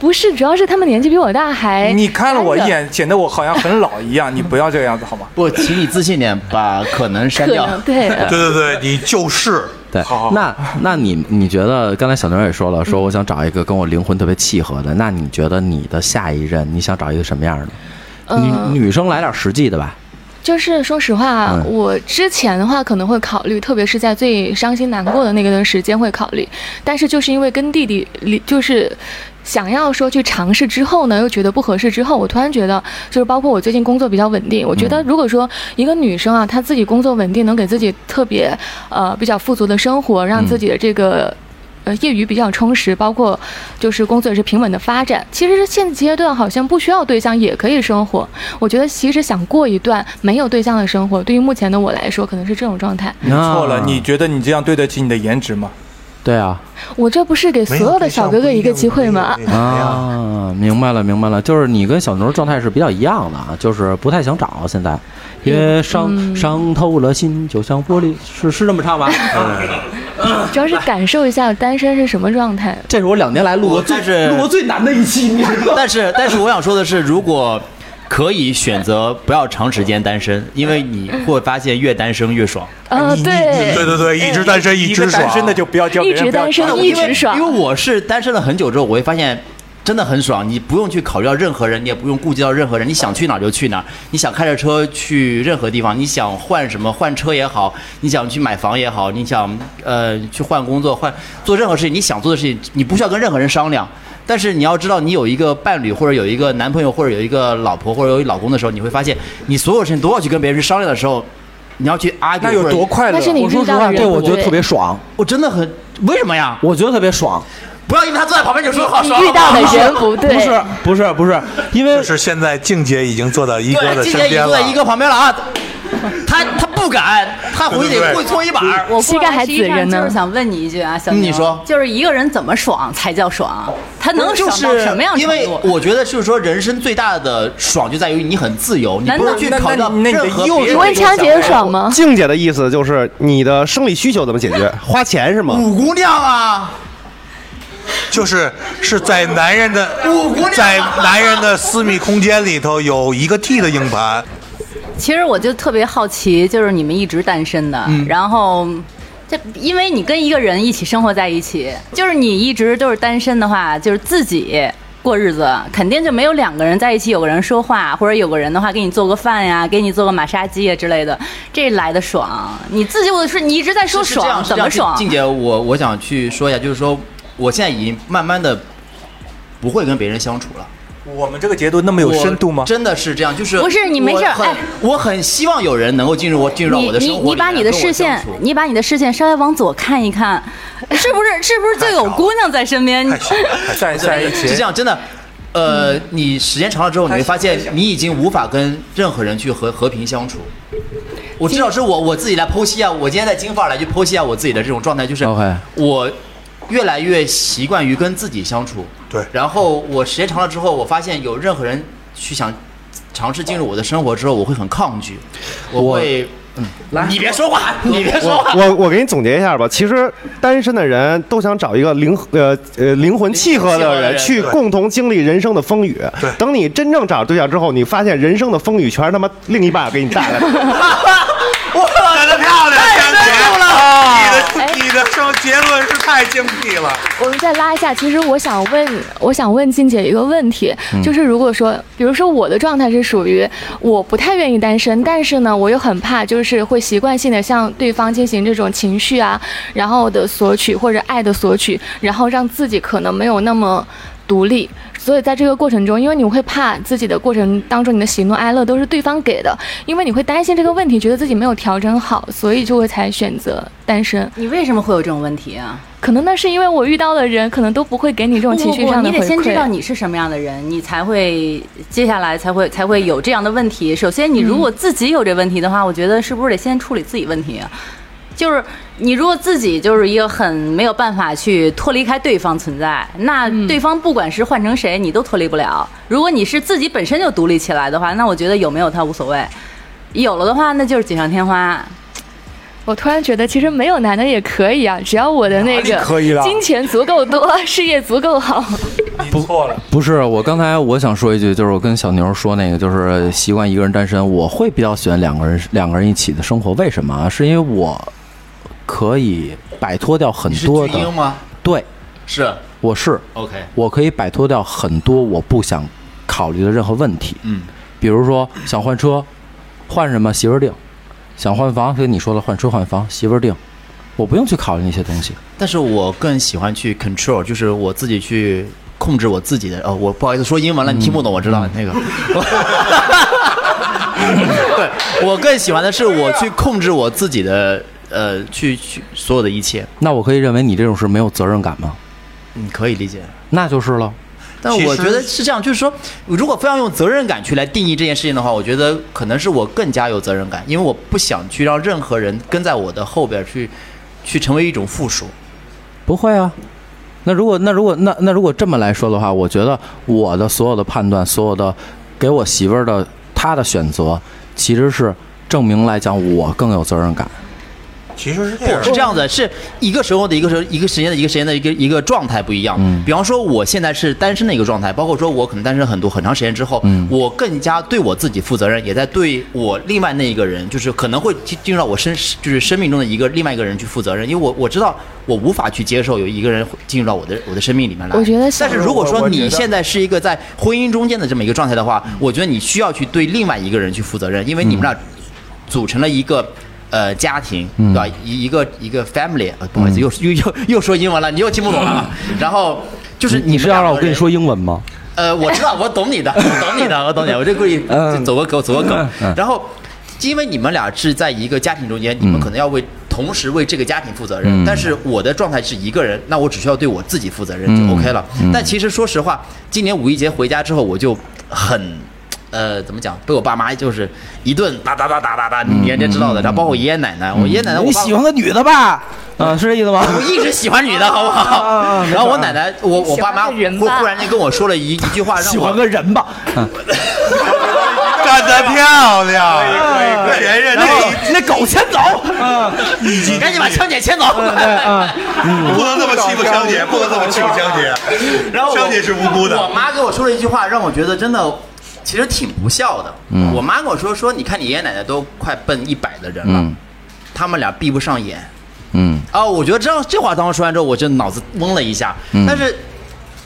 Speaker 5: 不是，主要是他们年纪比我大还。
Speaker 2: 你看了我一眼，显得我好像很老一
Speaker 5: (laughs)
Speaker 2: 样。你不要这个样子好吗？
Speaker 4: 不，请你自信点，把可能删
Speaker 5: 可
Speaker 4: 掉。
Speaker 5: 能对，
Speaker 3: 对 (laughs) 对对，你就是
Speaker 1: 对
Speaker 2: 好好，好
Speaker 1: 那那你你觉得刚才小妞儿也说了，说我想找一个跟我灵魂特别契合的，那你觉得你的下一任你想找一个什么样的？女
Speaker 5: 嗯
Speaker 1: 女生来点实际的吧，
Speaker 5: 就是说实话，
Speaker 1: 嗯
Speaker 5: 我之前的话可能会考虑，特别是在最伤心难过的那个段时间会考虑，但是就是因为跟弟弟离，就是想要说去尝试之后呢，又觉得不合适之后，我突然觉得，就是包括我最近工作比较稳定，我觉得如果说一个女生啊，她自己工作稳定，能给自己特别呃比较富足的生活，让自己的这个。呃，业余比较充实，包括就是工作也是平稳的发展。其实现阶段好像不需要对象也可以生活，我觉得其实想过一段没有对象的生活，对于目前的我来说，可能是这种状态。
Speaker 1: 你
Speaker 2: 错了，你觉得你这样对得起你的颜值吗？
Speaker 1: 啊对啊，
Speaker 5: 我这不是给所有的小哥哥一个机会吗？
Speaker 3: 没有对象不一定那什么呀
Speaker 1: 啊，明白了，明白了，就是你跟小牛状态是比较一样的啊，就是不太想找啊现在，因为伤、伤透了心，就像玻璃，是是这么唱哎吧？
Speaker 5: 主要是感受一下单身是什么状态。
Speaker 1: 这是我两年来录过最
Speaker 4: 但是
Speaker 1: 录过最难的一期，你知道吗？
Speaker 4: (laughs) 但是，但是我想说的是，如果可以选择不要长时间单身，因为你会发现越单身越爽。
Speaker 5: 呃，对，
Speaker 3: 对对对，一直单身
Speaker 2: 哎一
Speaker 3: 直
Speaker 2: 个
Speaker 3: 爽，
Speaker 2: 单身的就不要交别
Speaker 5: 一
Speaker 2: 人，
Speaker 5: 直单身
Speaker 2: 不要交
Speaker 5: (laughs) 一直爽
Speaker 4: 因为我是单身了很久之后，我会发现。真的很爽，你不用去考虑到任何人，你也不用顾及到任何人，你想去哪儿就去哪儿，你想开着车去任何地方，你想换什么换车也好，你想去买房也好，你想呃去换工作换做任何事情，你想做的事情，你不需要跟任何人商量。但是你要知道，你有一个伴侣，或者有一个男朋友，或者有一个老婆，或者有一老公的时候，你会发现，你所有事情都要去跟别人去商量的时候，你要去 argue，
Speaker 2: 那有
Speaker 4: 或者
Speaker 2: 多快乐？啊
Speaker 5: 但是你
Speaker 1: 我说
Speaker 5: 遇
Speaker 1: 实
Speaker 5: 到
Speaker 1: 话，
Speaker 5: 的人
Speaker 1: 这我觉得
Speaker 5: 不对
Speaker 1: 特别爽，
Speaker 4: 我真的很为什么呀？
Speaker 1: 我觉得特别爽，
Speaker 4: 不要因为他坐在旁边就说好
Speaker 5: 你
Speaker 4: 说好
Speaker 5: 遇到的
Speaker 4: 好
Speaker 5: 人不对，
Speaker 1: 不是啊不是不是，因为
Speaker 3: 就是现在静姐已经坐到一哥
Speaker 4: 对，
Speaker 3: 的
Speaker 4: 今
Speaker 3: 身
Speaker 4: 天已经
Speaker 3: 边
Speaker 4: 坐
Speaker 3: 了
Speaker 4: 在，一哥旁边了啊。他他不敢，他回去得
Speaker 3: 对对对嗯
Speaker 4: 会搓衣板儿。
Speaker 8: 我
Speaker 5: 膝盖还紫着呢
Speaker 8: 实际上就是想问你一句啊，小
Speaker 4: 嗯
Speaker 8: 牛，
Speaker 4: 你说
Speaker 8: 就是一个人怎么爽才叫爽？他能
Speaker 4: 就
Speaker 8: 爽
Speaker 4: 是
Speaker 8: 到什么样
Speaker 4: 因
Speaker 8: 程
Speaker 4: 为
Speaker 8: 度？
Speaker 4: 我觉得就是说，人生最大的爽就在于你很自由，你
Speaker 8: 难
Speaker 4: 不
Speaker 8: 道
Speaker 4: 用去考虑到
Speaker 2: 那那那你的
Speaker 4: 任何
Speaker 2: 右
Speaker 4: 别人
Speaker 5: 你
Speaker 4: 的啊
Speaker 5: 问
Speaker 4: 想
Speaker 5: 枪
Speaker 4: 法
Speaker 5: 姐爽吗？
Speaker 7: 静姐的意思就是你的生理需求怎么解决？花钱是吗？
Speaker 4: 五姑娘啊，
Speaker 3: 就是是在男人的
Speaker 4: 五姑娘
Speaker 3: 在男人的私密空间里头有一个 T 的硬盘，
Speaker 8: 其实我就特别好奇，就是你们一直单身的，
Speaker 4: 嗯
Speaker 8: 然后。这因为你跟一个人一起生活在一起，就是你一直都是单身的话，就是自己过日子，肯定就没有两个人在一起，有个人说话，或者有个人的话给你做个饭呀，给你做个马杀鸡呀之类的，这来的爽。你自己我说你一直在说
Speaker 4: 是这样
Speaker 8: 爽，
Speaker 4: 是
Speaker 8: 怎
Speaker 4: 这样
Speaker 8: 么爽？啊
Speaker 4: 静静姐，我我想去说一下，就是说，我现在已经慢慢的不会跟别人相处了。
Speaker 2: 我们这个节奏那么有
Speaker 4: 我
Speaker 2: 深度吗？
Speaker 4: 真的是这样，就是
Speaker 8: 不是你没事
Speaker 4: 我很
Speaker 8: 哎
Speaker 4: 我很希望有人能够进入我进入到
Speaker 8: 你
Speaker 4: 我的生活
Speaker 8: 你
Speaker 4: 里面
Speaker 8: 你把你的
Speaker 4: 跟我
Speaker 8: 视线
Speaker 4: 相处，
Speaker 8: 你把你的视线稍微往左看一看，是不是是不是就有姑娘在身边？
Speaker 3: 太小了，太小
Speaker 2: 在
Speaker 3: 了
Speaker 2: 在一
Speaker 4: 是这
Speaker 2: 起，
Speaker 4: 样，真的。呃，你时间长了之后，你会发现你已经无法跟任何人去和和平相处。我至少是我我自己来剖析啊，我今天在金发来去剖析啊我自己的这种状态，就是
Speaker 1: OK
Speaker 4: 我越来越习惯于跟自己相处。
Speaker 3: 对
Speaker 4: 然后我时间长了之后，我发现有任何人去想尝试进入我的生活之后，我会很抗拒，我
Speaker 1: 我
Speaker 4: 会。来，你别说话，你别说话。
Speaker 7: 呃我我给你总结一下吧，其实单身的人都想找一个灵呃呃灵魂契
Speaker 4: 契
Speaker 7: 合
Speaker 4: 合
Speaker 7: 的
Speaker 4: 的人
Speaker 7: 人去
Speaker 3: 对
Speaker 7: 共同经历人生的风雨
Speaker 3: 对。
Speaker 7: 等你真正找对象之后，你发现人生的风雨全是他妈另一半给你带来的。
Speaker 4: 我
Speaker 3: 干得漂亮，
Speaker 4: 太
Speaker 3: 江姐
Speaker 4: 深入了。哎
Speaker 3: 你的你的生结论是太精辟了，
Speaker 5: 我们再拉一下，其实我想问，我想问静姐一个问题，就是如果说，比如说我的状态是属于我不太愿意单身，但是呢，我又很怕，就是会习惯性的向对方进行这种情绪啊，然后的索取或者爱的索取，然后让自己可能没有那么独立。所以在这个过程中，因为你会怕自己的过程当中，你的喜怒哀乐都是对方给的，因为你会担心这个问题，觉得自己没有调整好，所以就会才选择单身。
Speaker 8: 你为什么会有这种问题啊？
Speaker 5: 可能那是因为我遇到的人可能都不会给你这种情绪上的
Speaker 8: 不不不
Speaker 5: 回
Speaker 8: 你得先知道
Speaker 5: 馈。
Speaker 8: 你是什么样的人，你才会接下来才会才会有这样的问题。首先，你如
Speaker 5: 嗯
Speaker 8: 果自己有这问题的话，我觉得是不是得先处理自己问题啊？就是你如果自己就是一个很没有办法去脱离开对方存在，那
Speaker 5: 嗯
Speaker 8: 对方不管是换成谁，你都脱离不了。如果你是自己本身就独立起来的话，那我觉得有没有他无所谓，有了的话那就是锦上添花。
Speaker 5: 我突然觉得，其实没有男的也可以啊，只要我的那个
Speaker 2: 可以了嗯
Speaker 5: 金钱足够多，事业足够好。
Speaker 2: 不错了，
Speaker 1: 不是我刚才我想说一句，就是我跟小牛说那个，就是习惯一个人单身，我会比较喜欢两个人两个人一起的生活，为什么啊？是因为我可以摆脱掉很
Speaker 4: 你是
Speaker 1: 多
Speaker 4: 巨婴
Speaker 1: 的，
Speaker 4: 吗？
Speaker 1: 对，
Speaker 4: 是
Speaker 1: 我是
Speaker 4: OK。
Speaker 1: 我可以摆脱掉很多我不想考虑的任何问题，
Speaker 4: 嗯，
Speaker 1: 比如说想换车，换什么媳妇儿定；想换房，跟你说了换车换房媳妇儿定，我不用去考虑那些东西。
Speaker 4: 但是我更喜欢去 control，就是我自己去控制我自己的。哦，我不好意思说英文了，你听不懂，我知道那个。对，我更喜欢的是我去控制我自己的，呃，去去所有的一切，
Speaker 1: 那我可以认为你这种是没有责任感吗？
Speaker 4: 你可以理解。
Speaker 1: 那就是了。
Speaker 4: 但
Speaker 3: 其
Speaker 4: 我
Speaker 3: 实
Speaker 4: 觉得是这样，就是说，如果非要用责任感去来定义这件事情的话，我觉得可能是我更加有责任感，因为我不想去让任何人跟在我的后边去，去成为一种附属。
Speaker 1: 不会啊。那如果那如果那那如果这么来说的话，我觉得我的所有的判断，所有的给我媳妇儿的她的选择，其实是证明来讲我更有责任感。
Speaker 3: 其实是这样
Speaker 4: 不是这样的，是一个时候的一个时候一个时间的一个时间的一个一个状态不一样。
Speaker 1: 嗯
Speaker 4: 比方说我现在是单身的一个状态，包括说我可能单身很多很长时间之后，
Speaker 1: 嗯
Speaker 4: 我更加对我自己负责任，也在对我另外那一个人，就是可能会进进入到我生就是生命中的一个另外一个人去负责任，因为我我知道我无法去接受有一个人进入到我的我的生命里面来。
Speaker 5: 我觉得
Speaker 4: 但是如果
Speaker 2: 我
Speaker 4: 说
Speaker 2: 我觉
Speaker 4: 你
Speaker 2: 得
Speaker 4: 现在是一个在婚姻中间的这么一个状态的
Speaker 1: 嗯
Speaker 4: 话，我觉得你需要去对另外一个人去负责任，因为你们俩组成了一个。呃，家庭
Speaker 1: 嗯
Speaker 4: 对吧？一一个一个 family，呃不好意思，又又 (laughs) 又又说英文了，你又听不
Speaker 1: (laughs)
Speaker 4: 懂了。然后就是
Speaker 1: 你是
Speaker 4: 们
Speaker 1: 要
Speaker 4: 两
Speaker 1: 让我
Speaker 4: 个
Speaker 1: 跟你
Speaker 4: 人
Speaker 1: 说英文吗？
Speaker 4: 呃，我知道，我
Speaker 1: (laughs)
Speaker 4: 懂你的，我懂你的，我懂你的，我这故意
Speaker 1: 嗯
Speaker 4: 走个梗，走个梗
Speaker 1: 嗯。
Speaker 4: 然后，因为你们俩是在一个家庭中间，你们可能要为同时为这个家庭负责任。
Speaker 1: 嗯
Speaker 4: 但是我的状态是一个人，那我只需要对我自己负
Speaker 1: 嗯
Speaker 4: 责任就 OK 了。但其实说实话，今年五一节回家之后，我就很。呃，怎么讲？被我爸妈就是一顿打打打打打打，你人家知道的。然后包括我爷爷奶奶，我爷爷奶奶我
Speaker 1: 你
Speaker 4: 爸
Speaker 1: 喜欢个女的吧？啊，是这意思吗？
Speaker 4: 我一直喜欢女的，好不好？然后我奶奶，我我爸妈
Speaker 5: 喜欢个人
Speaker 4: 忽
Speaker 5: 吧
Speaker 4: 忽然间跟我说了一一句话，让
Speaker 1: 喜欢
Speaker 4: 我
Speaker 1: 个人吧？
Speaker 3: 干得漂亮，
Speaker 4: 哎
Speaker 3: 可以可以，人家那
Speaker 1: 那狗先走。
Speaker 4: 赶紧把枪姐牵走。
Speaker 3: 不能这么欺负香姐，不能这么欺负香姐。
Speaker 4: (laughs) 然后我
Speaker 3: 香姐是无辜的
Speaker 4: 我妈跟我说了一句话，让我觉得真的其实挺不孝的。
Speaker 3: 嗯
Speaker 4: 我妈跟我说说，你看你爷爷奶奶都快奔一百的人了，
Speaker 1: 嗯
Speaker 4: 他们俩闭不上眼。
Speaker 1: 嗯，
Speaker 4: 啊，我觉得这样这话当时说完之后，我真脑子嗡了一下。
Speaker 3: 嗯
Speaker 4: 但是，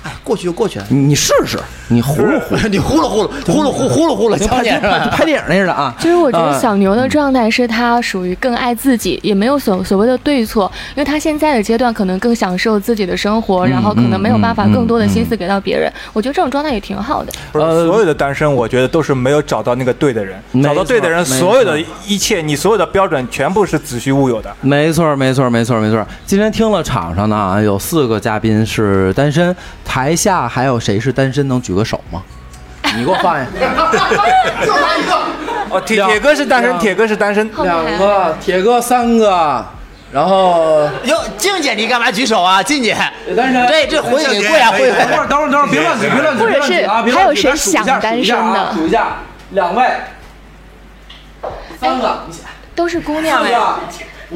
Speaker 4: 哎，过去就过去
Speaker 3: (laughs)
Speaker 4: 了。
Speaker 1: 你嗯你试试，你糊弄糊
Speaker 4: 你呼噜呼噜呼噜呼噜呼噜呼噜，
Speaker 1: 弄，
Speaker 4: 强
Speaker 1: 拍
Speaker 4: 点
Speaker 1: 拍拍电影那似的啊。
Speaker 5: 其实我觉得
Speaker 1: 啊
Speaker 5: 小牛的状态是他属于更爱自己，也没有所所谓的对错，因为他现在的阶段可能更享受自己的生
Speaker 2: 嗯
Speaker 5: 活，然后可能没有办法更多的心思给到别人。我觉得这种状态也挺好的。
Speaker 2: 不是
Speaker 1: 呃
Speaker 2: 所有的单身，我觉得都是没有找到那个对的人
Speaker 1: 没，
Speaker 2: 找到对的人，
Speaker 1: 错没
Speaker 2: 所有的
Speaker 1: 错
Speaker 2: 一切，你所有的标准全部是子虚乌有的。
Speaker 1: 没错，没错，没错，没错。今天听了场上呢啊，有四个嘉宾是单身，台下还有谁是单身？能举个手吗？你给我放下，
Speaker 2: 哦，铁
Speaker 1: 两
Speaker 2: 铁哥是单身，
Speaker 1: 两
Speaker 2: 铁哥是单身，
Speaker 5: 后面
Speaker 1: 两个，铁哥三个，然后
Speaker 4: 哟，静姐，你干嘛举手啊？静姐，
Speaker 1: 单身
Speaker 4: 对，这回你
Speaker 3: 静姐
Speaker 4: 过来
Speaker 6: 哎
Speaker 3: 可
Speaker 4: 回
Speaker 3: 以
Speaker 4: 回。
Speaker 1: 等会儿，等会儿，等会儿，别乱举，别乱举，
Speaker 5: 或者
Speaker 1: 别乱举啊！
Speaker 5: 是
Speaker 1: 别乱举
Speaker 5: 还有谁
Speaker 1: 咱数一下
Speaker 5: 想单身
Speaker 1: 数
Speaker 5: 的
Speaker 1: 一下啊数一下，两位，三个，
Speaker 5: 哎都是姑娘
Speaker 1: 四
Speaker 5: 哎，
Speaker 1: 个，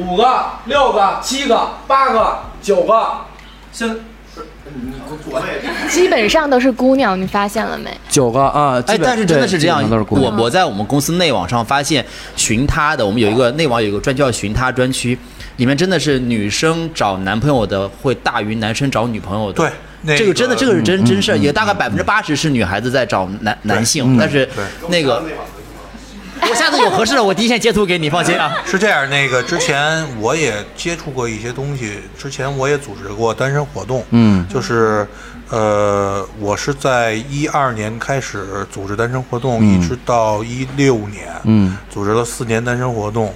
Speaker 1: 五个，六个，七个，八个，九个，现
Speaker 5: 嗯基本上都是姑娘，你发现了没？
Speaker 1: 九个啊！
Speaker 4: 哎，但是真的是这样。
Speaker 1: 都是姑
Speaker 4: 我我在我们公司内网上发现寻他的，我们有一个内网有一个专叫寻他专区，里面真的是女生找男朋友的会大于男生找女朋友的。
Speaker 3: 对那
Speaker 4: 这个真的
Speaker 3: 个
Speaker 4: 这个是真真事儿，也大概百分之八十是女孩子在找男男性，但是那个。嗯我下次有合适的，我第一线截图给你，放心啊。
Speaker 3: 是这样，那个之前我也接触过一些东西，之前我也组织过单身活动，嗯，就是，呃，我是在一二年开始组织单身活动，一直到一六年，嗯，组织了四年单身活动，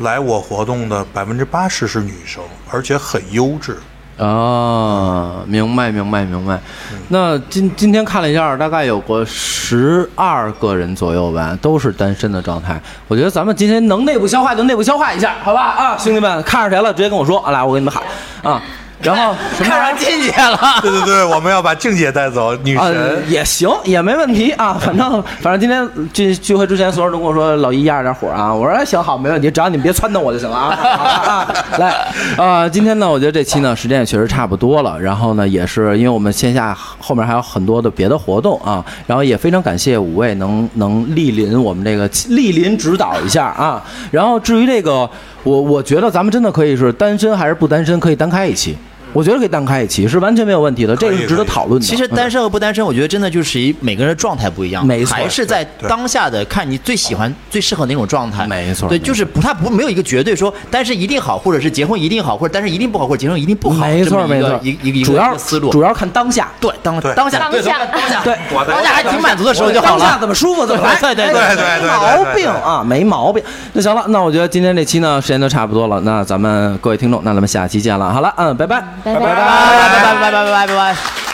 Speaker 3: 来我活动的百分之八十是女生，而且很优 (laughs) 质，
Speaker 1: 哦，明白明白明白。
Speaker 4: 嗯
Speaker 1: 那今今天看了一下，大概有个十二个人左右吧，都是单身的状态。我觉得咱们今天能内部消化就内部消化一下，好吧？啊，兄弟们，看上谁了直接跟我说，啊，来我给你们喊啊。然后什么
Speaker 4: 看上金姐了，
Speaker 3: 对对对，我们要把静姐带走，女
Speaker 1: 啊、
Speaker 3: 神。
Speaker 1: 也行，也没问题啊。 (laughs) 反正反正今天聚聚会之前，所有人都跟我说老一压着点火啊。我说哎行好，没问题，只要你们别撺掇我就行了啊。好啊啊来啊、今天呢，我觉得这期呢时间也确实差不多了。然后呢，也是因为我们线下后面还有很多的别的活动啊。然后也非常感谢五位能能莅临我们这个 (laughs) 莅临指导一下啊。然后至于这个，我我觉得咱们真的可以是单身还是不单身，可以单开一期。我觉得可以单开一期是完全没有问题的，这个
Speaker 3: 可
Speaker 1: 是
Speaker 3: 以
Speaker 1: 值得
Speaker 3: 可以
Speaker 1: 讨论的。
Speaker 4: 其实单身和不单身，我觉得真的就是一每个人的状态不一样，
Speaker 1: 嗯没错嗯
Speaker 4: 还是在
Speaker 3: 对
Speaker 4: 当下的看你最喜欢、最适合哪种状态。
Speaker 1: 没错
Speaker 4: 对，
Speaker 1: 没错
Speaker 4: 就是不太不没有一个绝对说单身一定好，或者是结婚一定好，或者单身一定不好，或者结婚一定不好。
Speaker 1: 没
Speaker 4: 这
Speaker 1: 错
Speaker 4: 么一
Speaker 1: 没
Speaker 4: 个
Speaker 1: 错，
Speaker 4: 一一个一个
Speaker 1: 主
Speaker 4: 一
Speaker 1: 要
Speaker 4: 个思路。
Speaker 1: 主要看当下，
Speaker 4: 对当
Speaker 3: 对
Speaker 4: 当下
Speaker 5: 当
Speaker 4: 对
Speaker 5: 下
Speaker 4: 当下
Speaker 1: 对
Speaker 4: 当下还挺满足的时候就好
Speaker 1: 当下
Speaker 4: 了。
Speaker 1: 怎么
Speaker 4: (laughs)
Speaker 1: 舒服怎么来，
Speaker 4: 对对对
Speaker 1: 哎
Speaker 3: 对对对
Speaker 1: 没
Speaker 3: 对
Speaker 1: 毛病啊，没毛病。那行了，那我觉得今天这期呢时间都差不多了，那咱们各位听众，那咱们下期见了，好了，嗯，拜拜。
Speaker 5: 拜
Speaker 4: 拜
Speaker 5: 拜
Speaker 4: 拜拜拜拜拜拜拜拜。